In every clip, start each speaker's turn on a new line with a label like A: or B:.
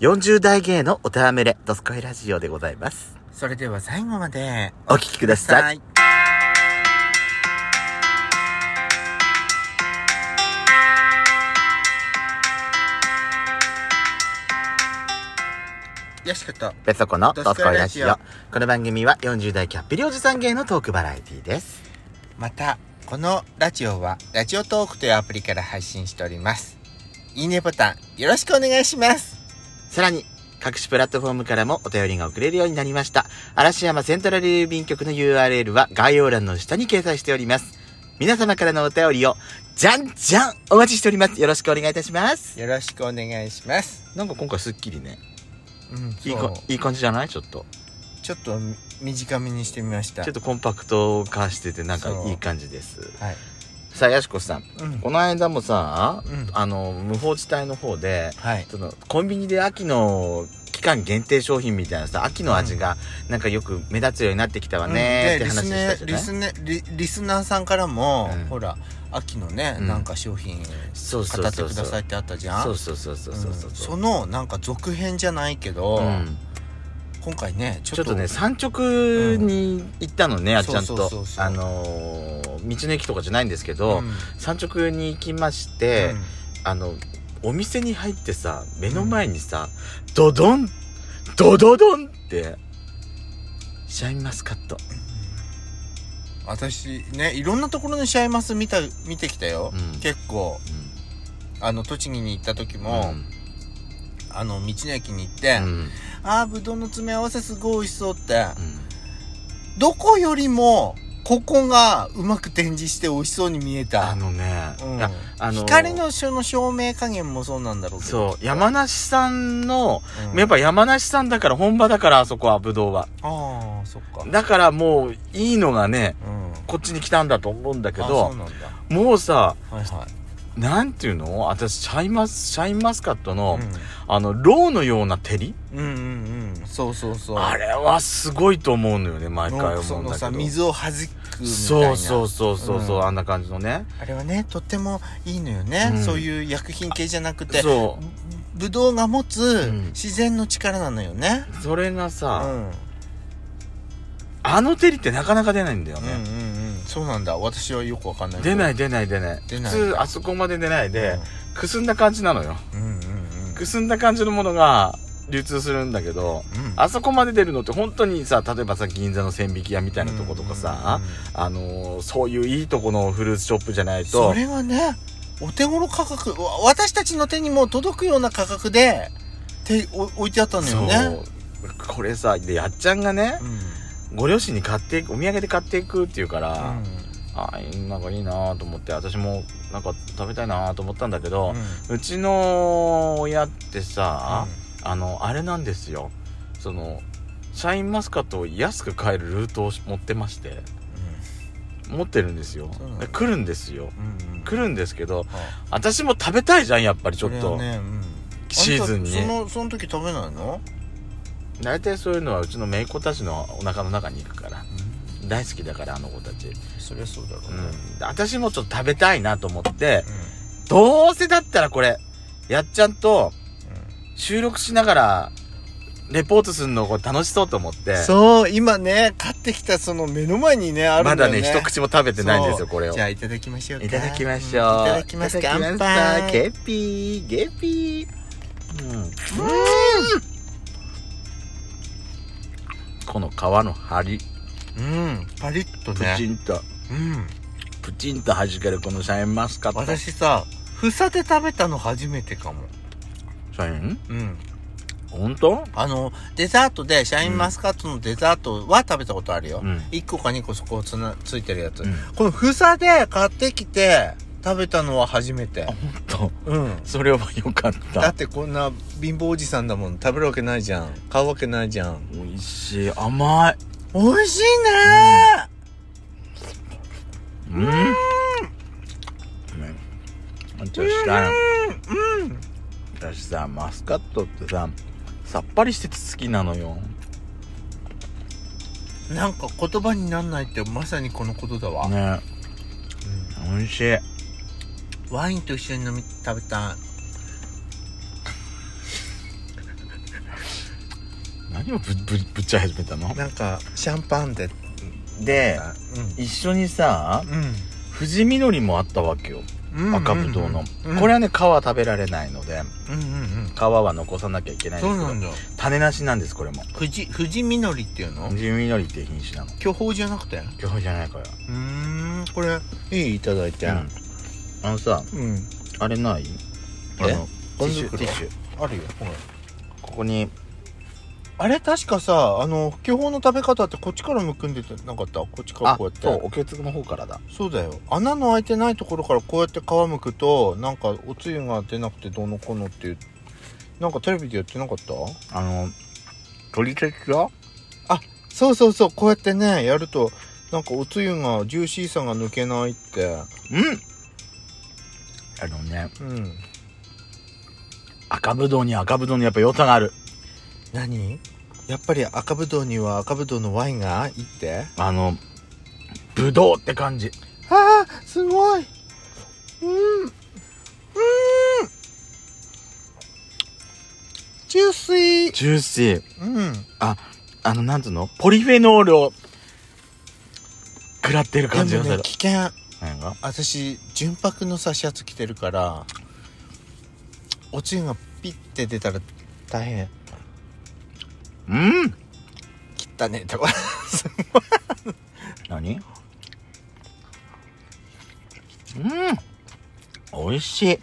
A: 40代芸のおたわめれ、ドスコイラジオでございます。
B: それでは最後まで
A: お聞きください。
B: いよしこと
A: ベソコのド
B: ド
A: ス
B: ス
A: コ
B: コ
A: イ
B: イ
A: ラ
B: ラ
A: ジ
B: ジ
A: オ
B: オ。
A: この番組は40代キャッピリおじさん芸のトークバラエティです。
B: またこのラジオはラジオトークというアプリから配信しておりますいいねボタンよろしくお願いします
A: さらに、各種プラットフォームからもお便りが送れるようになりました。嵐山セントラル郵便局の URL は概要欄の下に掲載しております。皆様からのお便りを、じゃんじゃんお待ちしております。よろしくお願いいたします。
B: よろしくお願いします
A: なんか今回すっきりね。
B: うん
A: いい
B: そう
A: かいい感じじゃないちょっと。
B: ちょっと短めにしてみました
A: ちょっとコンパクト化してて、なんか
B: そう
A: いい感じです。
B: はい
A: さあ、やしこさん。
B: うん
A: この間もさ、
B: うん
A: あの、無法地帯の方で、
B: はい
A: そのコンビニで秋の期間限定商品みたいなさ秋の味がなんかよく目立つようになってきたわねーって
B: リス
A: 話したじゃ
B: リ
A: ない、
B: スネリリスナーさんからも、
A: うん
B: ほら秋のね、
A: うん
B: なんか商品
A: そうそうそ
B: 語って
A: う
B: く
A: そ
B: だ
A: う
B: さいってあったじゃん
A: そうそうそうそうそう
B: う
A: そ
B: ん
A: う
B: そのなんか続編じゃないけど、
A: うん
B: 今回ねちょっ
A: ちょ
B: と
A: っとね産直に行ったのね、あっちゃん
B: そうそうそ
A: と
B: うそう
A: あのー道の駅とかじゃないんですけど、
B: うん
A: 産直に行きまして、あのお店に入ってさ目の前にさ、ドドンドドドンってシャインマスカット、
B: 私ねいろんなところにシャイマス見た見てきたよ、
A: うん
B: 結構あの栃木に行った時
A: うん
B: も、あの道の駅に行って
A: う、ん
B: ああぶどうの詰め合わせすごい美味しそうって、
A: うん
B: どこよりもここがうまく展示して美味しそうに見えた
A: あのね、
B: うん
A: いやあの
B: 光のその照明加減もそうなんだろうけど
A: そう山梨産の、
B: うん
A: やっぱ山梨産だから本場だからあそこはブドウは
B: ああそっか
A: だからもういいのがね
B: うん
A: こっちに来たんだと思うんだけ
B: あそ
A: ど
B: うなんだは
A: もうさ
B: いは
A: なんていうの私シャインマスシャインマスカットの、
B: い
A: あのロウのような照り
B: うんうんうんうんそうそうそう
A: あれはすごいと思うのよね毎回
B: の
A: 思
B: そ
A: うんだ
B: の
A: けど
B: さ水を弾くみたいな
A: そうそうそうそうそう、
B: うん
A: あんな感じのね
B: あれはねとってもいいのよね、
A: うん
B: そういう薬品系じゃなくて
A: そ
B: ぶぶどうが持つ
A: うん
B: 自然の力なのよね、
A: うそれが
B: うん、
A: さ、
B: うん
A: あの照りってなかなか出ないんだよ
B: うん
A: ね、
B: うんそうなんだ私はよくわかんないけ
A: 出
B: ど
A: ない出ない出ない
B: 出ない
A: 普通あそこまで出ないで、くすんだ感じなのよ
B: うんうんうんうん
A: くすんだ感じのものが流通するんだけど
B: うん
A: あそこまで出るのって本当にさ例えばさ銀座の千引き屋みたいなとことかさ、
B: うんうんうん
A: あのーそういういいとこのフルーツショップじゃない
B: そ
A: と
B: れはねお手頃価格わ私たちの手にも届くような価格でてお置いてあったのよね
A: そうこれさでやっちゃんがね
B: うん
A: ご両親に買っていくお土産で買っていくっていうから、
B: うん
A: あなんかいいなと思って私もなんか食べたいなと思ったんだけど
B: う、ん
A: うちの親ってさ、あの、あれなんですよ。その、シャインマスカットを安く買えるルートを持ってまして、持ってるんですよ
B: そうな。の
A: で来るんですよ。
B: うんうん
A: 来るんですけど、
B: あ
A: 私も食べたいじゃん、やっぱりちょっ
B: それは
A: と。
B: ねうん
A: シーズンに
B: あんたそのその時食べないの
A: 大体そういうのはうちの姪っ子たちのお腹の中に行くから。大好きだから、あの子たち。
B: そりゃそうだろう
A: う
B: ね
A: ん。で私もちょっと食べたいなと思って、
B: うん
A: どうせだったらこれ、やっちゃんと収録しながら、レポートするのこれ楽しそうと思って。
B: そう今ね買ってきたその目の前にねある
A: ま
B: んだ
A: だね、
B: よね
A: 一口も食べてないんですよ、これを
B: じ。ゃあいただきましょうか
A: いただきましょう。
B: んいただきます
A: いただ
B: 乾
A: きま
B: 杯
A: すゲッピー、ゲッピー。うん。この皮の張り、
B: うんパリッと
A: プチ
B: ね
A: ンと、
B: うん
A: プチンと弾けるこのシャインマスカット。
B: 私さ房で食べたの初めてかも
A: シャイン
B: うん
A: 本当
B: あのデザートでシャインマスカットのデザートは食べたことあるよ、
A: うん
B: 1個か2個そこつなついてるやつ、
A: うん
B: この房で買ってきて食べたのは初めて
A: 本当。
B: うん
A: それは良かっ
B: だ
A: た
B: っ。てこんな貧乏おじさんだもん食べるわけないじゃん買うわけないじゃん
A: 美味しい。甘い。
B: 美味しいね
A: うん。ね私さ、私さ、マスカットってさ、さっぱりしてて好きなのよ。
B: なんか言葉になんないってまさにこのことだわ、
A: ね美味しい。
B: ワインと一緒に飲み食べたい
A: 何をぶぶぶっちゃい始めたの
B: なんかシャンパンで
A: で
B: う
A: 一緒にさ
B: ん、うん
A: 富士みのりもあったわけよ赤ぶどうの、これ
B: は、
A: はね皮は食べられないので
B: うんうんうん、
A: 皮は残さなきゃいけないんで
B: そう
A: すけ
B: な
A: ど
B: んだ
A: 種なしなんですこれも
B: 富士富士みのりっていうの
A: 富士みのりっていう品種なの
B: 巨峰じゃなくてう
A: 巨峰じゃないから
B: ーんこれいいいただいて
A: うんあのさ
B: うん、
A: あれないあ
B: え
A: のティッシュ
B: ゴミ袋
A: ティッシュ
B: あるよほら
A: ここに
B: あれ確かさあの巨峰の食べ方ってこっちからむくんでてなかったこっちから
A: あ
B: こうやって
A: そうおけつくの方からだ
B: そうだよ穴の開いてないところからこうやって皮むくとなんかおつゆが出なくてどうのこうのっていうなんかテレビでやってなかった
A: あの取り鉄よ
B: そうそうそうこうやってねやるとなんかおつゆがジューシーさが抜けないって
A: うんあのね
B: うん
A: 赤ぶどうには赤ぶどうにやっぱ良さがある
B: 何やっぱり赤ぶどうには赤ぶどうのワインがいいって
A: あのぶどうって感じ
B: あーすごいうんうんジューシー
A: ジューシー
B: うん
A: あのなんつうのポリフェノールを食らってる感じ
B: で
A: がす
B: もね
A: る
B: 危険
A: 何が
B: 私純白のさシャツ着てるからおつゆがピッて出たら大変
A: うん
B: 切ったねと
A: 何うん美味しい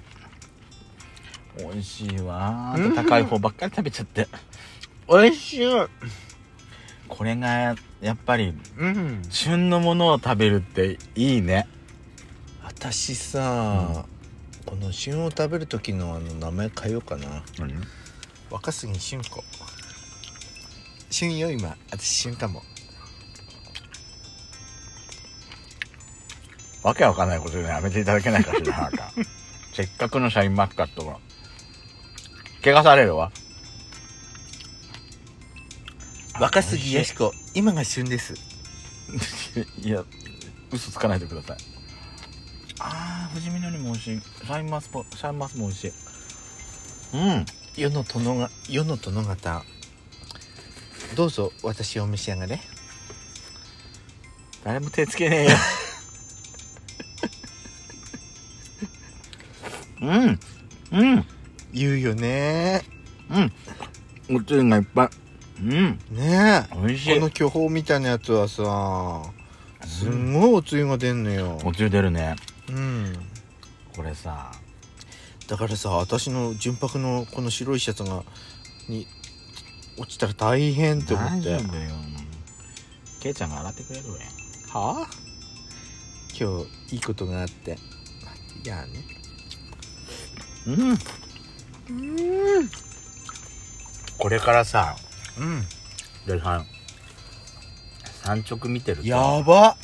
A: 美味しいわあと高い方ばっかり食べちゃって
B: おいしい
A: これがやっぱり
B: うん
A: 旬のものを食べるっていいね
B: 私さ、この旬を食べる時のあの名前変えようかな若杉旬子旬よ今私旬かも
A: わけわかんないこと言うのやめていただけないかしらなんかせっかくのシャインマスカットが怪我されるわ
B: 若杉やし子今が旬です
A: いや嘘つかないでくださいああ富士見のりも美味しいシャインマスポシャインマスも美味しいうん
B: 世の殿が世の殿方どうぞ私を召し上がれ
A: 誰も手つけねえよ うんうん
B: 言うよね
A: おつゆがいっぱいうん
B: ね
A: 美味
B: え
A: し
B: こ
A: い
B: の巨峰みたいなやつはさすんごいおつゆが出んのよ、
A: おつゆ出るね
B: うん、
A: これさ
B: だからさ私の純白のこの白いシャツがに落ちたら大変って思っ
A: 大
B: て
A: 丈夫よケイちゃんが洗ってくれるわよ
B: はあ今日いいことがあっていやね
A: うんこれからさ
B: うん
A: でさ産直見てると
B: やば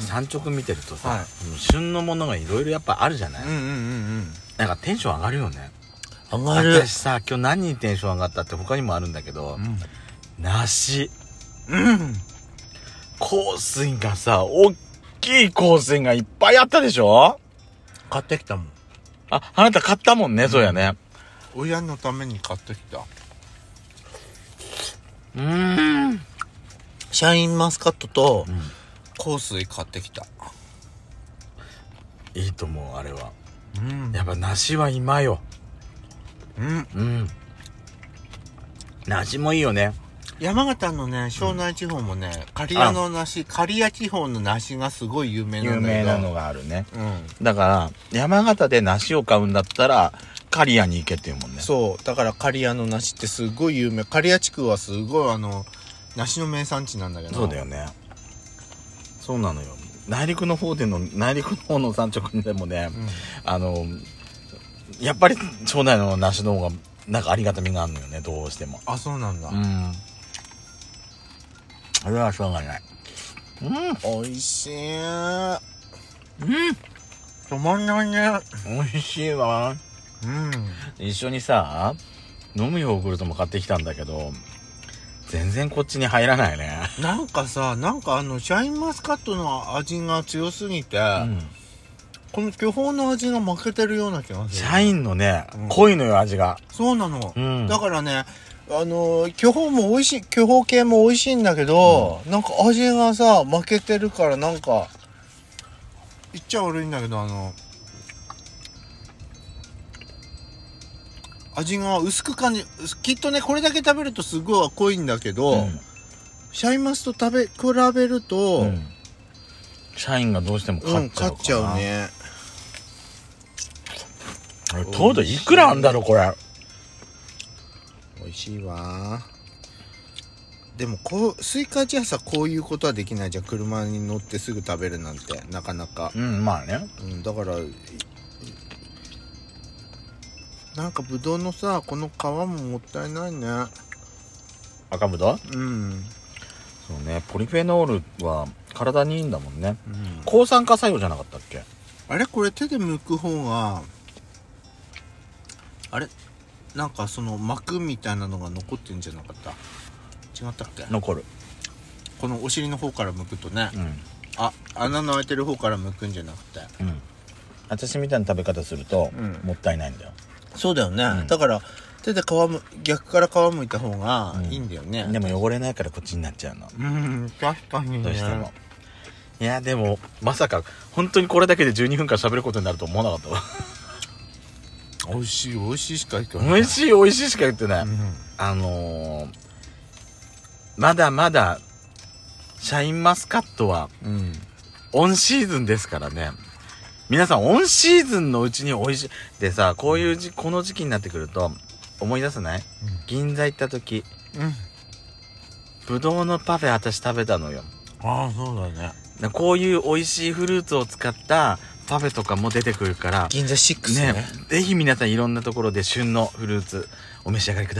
A: 産直見てるとさ、
B: はい
A: 旬のものがいろいろやっぱあるじゃない、
B: うんうんうん
A: なんかテンション上がるよね
B: うん上
A: 私さ今日何にテンション上がったって他にもあるんだけど、梨
B: うん
A: 香水がさ大きい香水がいっぱいあったでしょ
B: 買ってきたもん
A: ああなた買ったもんね、そうやね
B: 親のために買ってきた
A: うーん
B: シャインマスカットと香水買ってきた
A: いいと思うあれは
B: うん
A: やっぱ梨は今よ
B: うん
A: うん梨もいいよね
B: 山形のね湘南地方もね刈谷の梨刈谷地方の梨がすごい有名な
A: 有
B: んだけ
A: 名
B: ど
A: なのがあるね
B: うん
A: だから山形で梨を買うんだったら刈谷に行けっていうもんね
B: そうだから刈谷の梨ってすごい有名刈谷地区はすごいあの梨の名産地なんだけど
A: そうだよねそうなのよ内陸の方での内陸の方の山直でもね、
B: うん
A: あのやっぱり町内の梨の方がなんかありがたみがあるのよねどうしても
B: あそうなんだ、
A: うんそれはしょうがないうん
B: 美味しい止
A: うん
B: まんないね
A: 美味しいわ
B: うん
A: 一緒にさ飲むヨーグルトも買ってきたんだけど全然こっちに入らないね
B: なんかさなんかあのシャインマスカットの味が強すぎて、
A: うん
B: この巨峰の味が負けてるような気がす
A: シ
B: る
A: ャインのね、
B: うん
A: 濃いのよ、味が。
B: そうなの、
A: うん
B: だからねあの巨峰も美味しい巨峰系も美味しいんだけど、なんか味がさ負けてるからなんか言っちゃ悪いんだけどあの味が薄く感じきっとねこれだけ食べるとすごい濃いんだけど、シャインマスと食べ比べると、
A: うんシャインがどうしても
B: う
A: 勝
B: ん
A: っちゃう
B: 勝
A: かな
B: っちゃうね
A: あれ糖度いくらあんだろうこれ
B: 美味しいわでもこうスイカじゃさこういうことはできないじゃん車に乗ってすぐ食べるなんてなかなか、
A: うんまあね
B: うん、だからいなんかぶどうのさこの皮ももったいないね
A: 赤ぶどう
B: うん、
A: そうねポリフェノールは体にいいんだもんね
B: うん、
A: 抗酸化作用じゃなかったっけ
B: あれこれ手で剥く方があれなんかその膜みたいなのが残ってんじゃなかった違ったっけ
A: 残る
B: このお尻の方から剥くとね
A: うん
B: あ穴の開いてる方から剥くんじゃなくて
A: うん私みたいな食べ方すると、
B: うん
A: もったいないんだよ
B: そうだよね、
A: ん
B: だから手で皮む逆から皮むいた方が
A: うん
B: いいんだよね、
A: でも汚れないからこっちになっちゃうの
B: うん確かにね
A: どうしてもいやでもまさか本当にこれだけで12分間喋ることになると思わなかったわ
B: 美味しい美味しいしかいか
A: 美味
B: い、
A: しい美味しいしか言ってない、
B: うん
A: あのー、まだまだシャインマスカットは
B: うん、
A: オンシーズンですからね。皆さん、オンシーズンのうちに美味しい。でさ、こういうじ、この時期になってくると、思い出さない銀座行った時、
B: うん、
A: ぶどうのパフェ私食べたのよ。
B: ああそうだね
A: でこういう美味しいフルーツを使ったパフェとかも出てくるから、
B: 銀座6
A: ね、ぜひ皆さんいろんなところで旬のフルーツお召し上がりください。